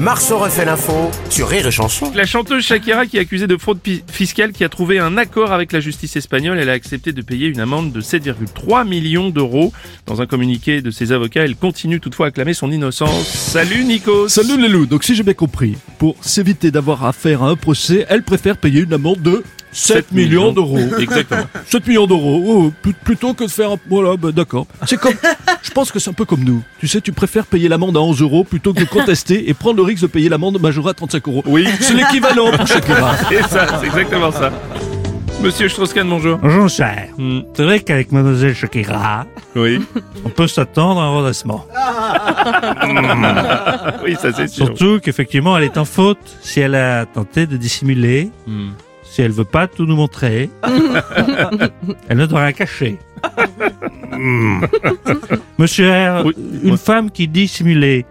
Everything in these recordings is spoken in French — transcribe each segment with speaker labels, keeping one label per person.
Speaker 1: Marceau refait l'info sur Rire et Chanson.
Speaker 2: La chanteuse Shakira qui est accusée de fraude pi- fiscale qui a trouvé un accord avec la justice espagnole, elle a accepté de payer une amende de 7,3 millions d'euros. Dans un communiqué de ses avocats, elle continue toutefois à clamer son innocence. Salut Nikos
Speaker 3: Salut les loups, donc si j'ai bien compris, pour s'éviter d'avoir affaire à un procès, elle préfère payer une amende de 7 millions d'euros.
Speaker 2: Exactement.
Speaker 3: 7 millions d'euros, oh, plut- plutôt que de faire un... Voilà, bah, d'accord. C'est comme... Je pense que c'est un peu comme nous. Tu sais, tu préfères payer l'amende à 11 euros plutôt que de contester et prendre le risque de payer l'amende majorée à 35 euros.
Speaker 2: Oui.
Speaker 3: C'est l'équivalent pour Shakira.
Speaker 2: C'est ça, c'est exactement ça. Monsieur Strauss-Kahn, bonjour.
Speaker 4: Bonjour cher.
Speaker 2: Hmm,
Speaker 4: C'est vrai qu'avec Mademoiselle Shakira,
Speaker 2: Oui.
Speaker 4: on peut s'attendre à un redressement.
Speaker 2: Oui, ça c'est sûr.
Speaker 4: Surtout qu'effectivement, elle est en faute si elle a tenté de dissimuler,
Speaker 2: Hmm.
Speaker 4: si elle veut pas tout nous montrer. elle ne doit rien cacher. Monsieur R,
Speaker 2: Oui.
Speaker 4: une femme qui dissimulait.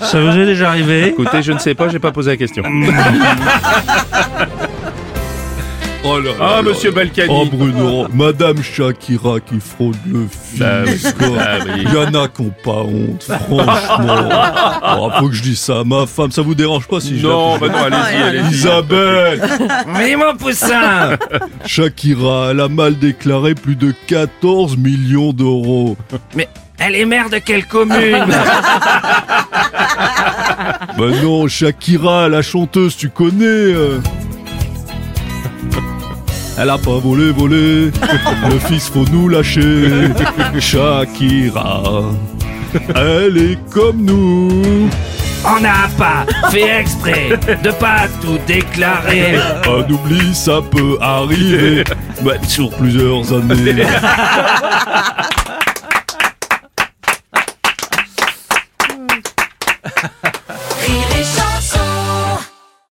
Speaker 4: Ça vous est déjà arrivé
Speaker 2: Écoutez, je ne sais pas, j'ai pas posé la question.
Speaker 3: Oh là
Speaker 2: Ah, monsieur Balkany.
Speaker 3: Oh Bruno, Madame Shakira qui fraude le
Speaker 2: Bah oui,
Speaker 3: fisc.
Speaker 2: bah oui.
Speaker 3: Il y en a qui ont pas honte, franchement. Oh, faut que je dise ça à ma femme, ça vous dérange pas si je
Speaker 2: Non, bah
Speaker 3: l'appelle
Speaker 2: non, allez-y, allez-y.
Speaker 3: Isabelle
Speaker 4: Mais mon poussin
Speaker 3: Shakira, elle a mal déclaré plus de 14 millions d'euros.
Speaker 4: Elle est mère de quelle commune
Speaker 3: Bah non, Shakira, la chanteuse, tu connais. euh. Elle a pas volé, volé. Le fils, faut nous lâcher. Shakira, elle est comme nous.
Speaker 4: On n'a pas fait exprès de pas tout déclarer.
Speaker 3: Un oubli, ça peut arriver. Bah, sur plusieurs années.